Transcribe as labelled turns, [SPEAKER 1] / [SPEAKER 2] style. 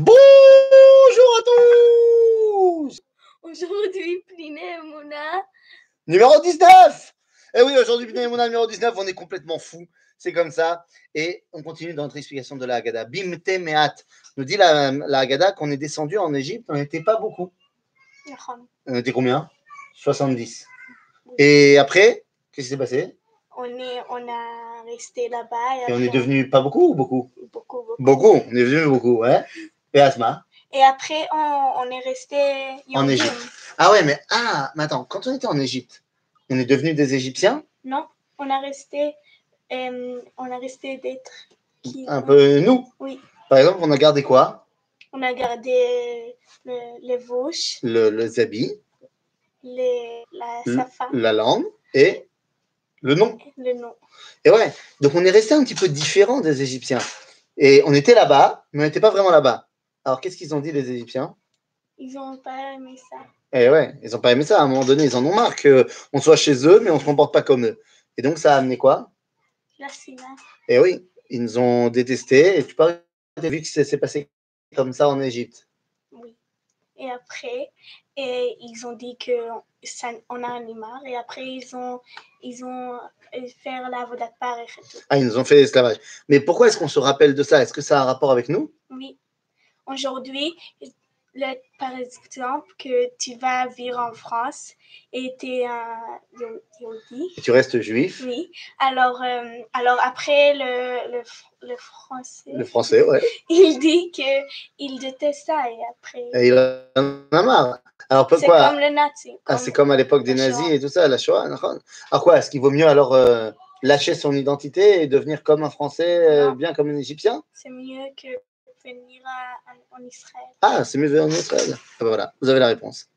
[SPEAKER 1] Bonjour à tous
[SPEAKER 2] Aujourd'hui, Pliné et Mouna.
[SPEAKER 1] Numéro 19 Eh oui, aujourd'hui, Bnei Emouna, numéro 19, on est complètement fou. C'est comme ça. Et on continue dans notre explication de la Haggadah. Bimte meat. Nous dit la, la Haggadah qu'on est descendu en Égypte, on n'était pas beaucoup. On était combien 70. Et après, qu'est-ce qui s'est passé
[SPEAKER 2] On, est, on a resté là-bas.
[SPEAKER 1] Et on
[SPEAKER 2] après,
[SPEAKER 1] est devenu pas beaucoup ou beaucoup
[SPEAKER 2] beaucoup, beaucoup.
[SPEAKER 1] Beaucoup, on est devenu beaucoup, ouais. Et Asma
[SPEAKER 2] Et après, on, on est resté.
[SPEAKER 1] En
[SPEAKER 2] Yom-Yom.
[SPEAKER 1] Égypte. Ah ouais, mais, ah, mais attends, quand on était en Égypte, on est devenu des Égyptiens
[SPEAKER 2] Non, on a resté. euh, on a resté d'êtres qui.
[SPEAKER 1] Un peu nous
[SPEAKER 2] Oui.
[SPEAKER 1] Par exemple, on a gardé quoi
[SPEAKER 2] On a gardé le- les vaches,
[SPEAKER 1] le, le zabi,
[SPEAKER 2] les, la
[SPEAKER 1] Mm.
[SPEAKER 2] safa,
[SPEAKER 1] la langue et le nom.
[SPEAKER 2] le nom.
[SPEAKER 1] Et ouais, donc on est resté un petit peu différent des Égyptiens. Et on était là-bas, mais on n'était pas vraiment là-bas. Alors qu'est-ce qu'ils ont dit les Égyptiens
[SPEAKER 2] Ils n'ont pas aimé ça.
[SPEAKER 1] Eh ouais, ils n'ont pas aimé ça. À un moment donné, ils en ont marre qu'on soit chez eux, mais on ne se comporte pas comme eux. Et donc ça a amené quoi
[SPEAKER 2] La sina.
[SPEAKER 1] Eh oui, ils nous ont détestés. Et tu parles, t'as vu que ça s'est passé comme ça en Égypte.
[SPEAKER 2] Oui. Et après, et ils ont dit que ça, on a un marre. Et après, ils ont, ils ont euh, fait la vodat et tout.
[SPEAKER 1] Ah, ils nous ont fait l'esclavage. Mais pourquoi est-ce qu'on se rappelle de ça Est-ce que ça a un rapport avec nous
[SPEAKER 2] Oui. Aujourd'hui, le, par exemple, que tu vas vivre en France et tu es un Yo- Yehudi.
[SPEAKER 1] Et tu restes juif,
[SPEAKER 2] Oui. Alors, euh, alors après, le, le, fr- le français,
[SPEAKER 1] le français, ouais.
[SPEAKER 2] il dit que il déteste ça. Et après,
[SPEAKER 1] Et il en a marre. Alors
[SPEAKER 2] c'est
[SPEAKER 1] pourquoi
[SPEAKER 2] comme le nazi.
[SPEAKER 1] Ah, C'est comme à l'époque des
[SPEAKER 2] la
[SPEAKER 1] nazis
[SPEAKER 2] Shoah.
[SPEAKER 1] et tout ça, la Shoah. d'accord. Alors quoi Est-ce qu'il vaut mieux alors euh, lâcher son identité et devenir comme un Français, euh,
[SPEAKER 2] Non.
[SPEAKER 1] bien comme un Égyptien
[SPEAKER 2] C'est mieux que venir à- en- en Israël.
[SPEAKER 1] Ah, c'est mieux de venir en Israël. Ah, bah voilà, vous avez la réponse.